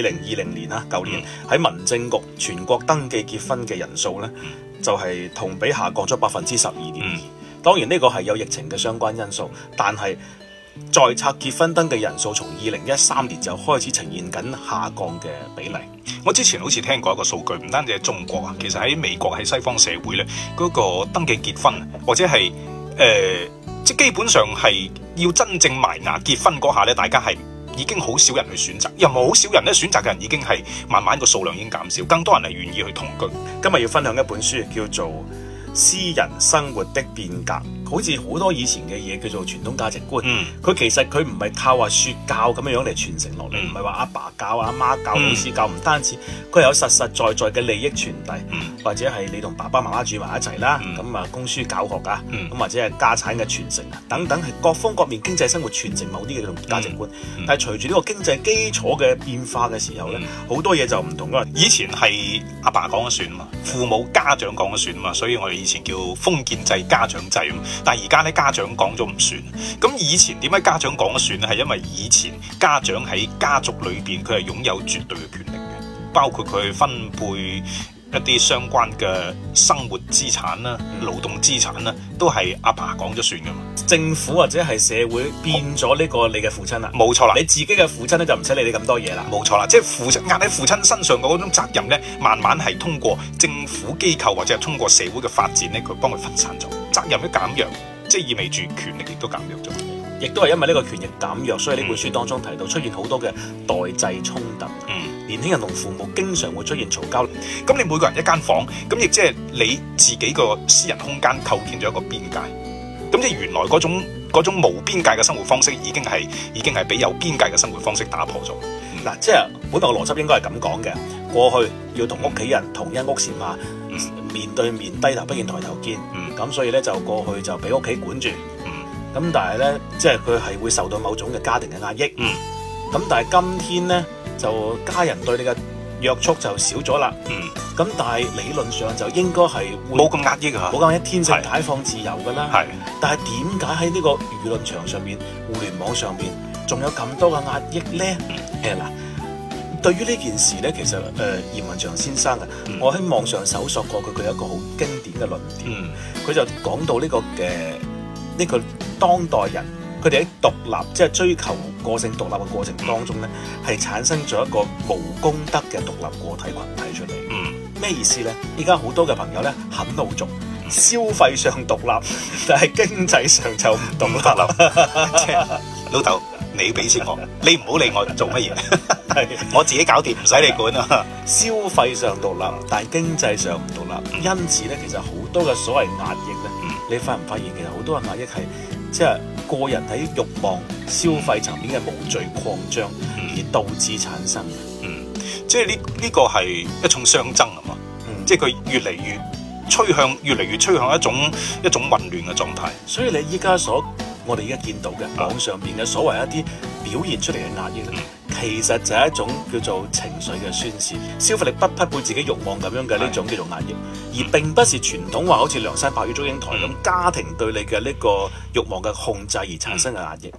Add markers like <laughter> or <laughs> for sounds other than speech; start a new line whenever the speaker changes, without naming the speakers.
二零二零年啦，舊年喺民政局全國登記結婚嘅人數呢，就係、同比下降咗百分之十二點二
嗯。
當然呢個係有疫情嘅相關因素，但係在冊結婚登記人數從二零一三年就開始呈現緊下降嘅比例。
我之前好似聽過一個數據，唔單止係中國啊，其實喺美國喺西方社會咧，嗰、個登記結婚或者係誒、呃即基本上係要真正埋牙結婚嗰下咧，大家係已經好少人去選擇，又冇好少人咧選擇嘅人已經係慢慢個數量已經減少，更多人係願意去同居。
今日要分享一本書叫做《私人生活的變革》，好似好多以前嘅嘢叫做傳統價值觀。
嗯
佢其實佢唔係靠話説教咁樣樣嚟傳承落嚟，
嗯
唔係話阿爸教、阿媽教、老
嗯
師教，唔單止佢係有實實在在嘅利益傳遞，
嗯
或者係你同爸爸媽媽住埋一齊啦，
嗯
咁啊供書教學啊，
嗯
咁或者係家產嘅傳承啊，等等係各方各面經濟生活傳承某啲嘅價值觀。
嗯
但係隨住呢個經濟基礎嘅變化嘅時候呢
嗯，
好、多嘢就唔同啦。
以前係阿爸講咗算啊嘛，父母家長講咗算啊嘛，所以我哋以前叫封建制、家長制咁。但係而家咧，家長講咗唔算。咁以前點解家長講咗算咧？係因為以前家長喺家族裏邊佢係擁有絕對嘅權力嘅，包括佢分配。一啲相關嘅生活資產啦、勞動資產啦，都係阿爸講咗算噶嘛，
政府或者係社會變咗呢個你嘅父親啦，
冇錯啦
你。自己嘅父親咧就唔使理你咁多嘢啦。
冇錯啦，即係父親壓喺父親身上嘅嗰種責任咧，慢慢係通過政府機構或者係通過社會嘅發展咧，佢幫佢分散咗，責任都減弱，即係意味住權力亦都減弱咗。
亦都係因為呢個權力減弱，所以呢本書當中提到出現好多嘅代際衝突，
嗯，
年輕人同父母經常會出現嘈交。
咁你每個人一間房，咁亦即係你自己個私人空間構建咗一個邊界，咁即係原來嗰種嗰種無邊界嘅生活方式已經係已經係俾有邊界嘅生活方式打破咗。
嗱，即係本來個邏輯應該係咁講嘅。過去要同屋企人同一屋檐下，面對面低頭不見抬頭見，
嗯
咁所以呢，就過去就俾屋企管住。
嗯
咁但係呢，即係佢係會受到某種嘅家庭嘅壓抑。
嗯
咁但係今天呢，就家人對你嘅約束就少咗啦。
嗯，
咁但係理論上就應該係會
冇咁壓抑啊
冇，咁一天性
係
解放自由㗎啦。
係。
但係點解喺呢個輿論場上面、互聯網上面，仲有咁多嘅壓抑呢？
嗯
誒嗱、對於呢件事呢，其實誒、呃、嚴文祥先生啊，
嗯
我喺網上搜索過佢，佢有一個好經典嘅論點，
嗯
佢就講到呢、個嘅呢、個當代人，佢哋喺獨立即係追求個性獨立嘅過程當中呢，係產生咗一個無公德嘅獨立個體群體出嚟。
嗯
咩意思呢？而家好多嘅朋友呢，很老俗，消費上獨立， <laughs> 但係經濟上就唔獨立啦。
即係老豆，你俾錢我，你唔好理我做乜嘢。
<laughs> 係
我自己搞掂，唔使你管啊。
消費上獨立，但係經濟上唔獨立。因此呢，其實好多嘅所謂壓抑呢，
嗯
你發唔發現其實好多嘅壓抑係即係個人喺慾望、消費層面嘅無序擴張，而導致產生嘅。
嗯，即係呢呢個係一種相爭啊嘛，
嗯
即係佢越嚟越趨向，越嚟越趨向一種一種混亂嘅狀態。
所以你依家所我哋而家見到嘅網上面嘅所謂一啲表現出嚟嘅壓抑咧，其實就係一種叫做情緒嘅宣泄，消費力不匹配自己慾望咁樣嘅呢種叫做壓抑，而並不是傳統話好似梁山伯與祝英台咁家庭對你嘅呢個慾望嘅控制而產生嘅壓抑。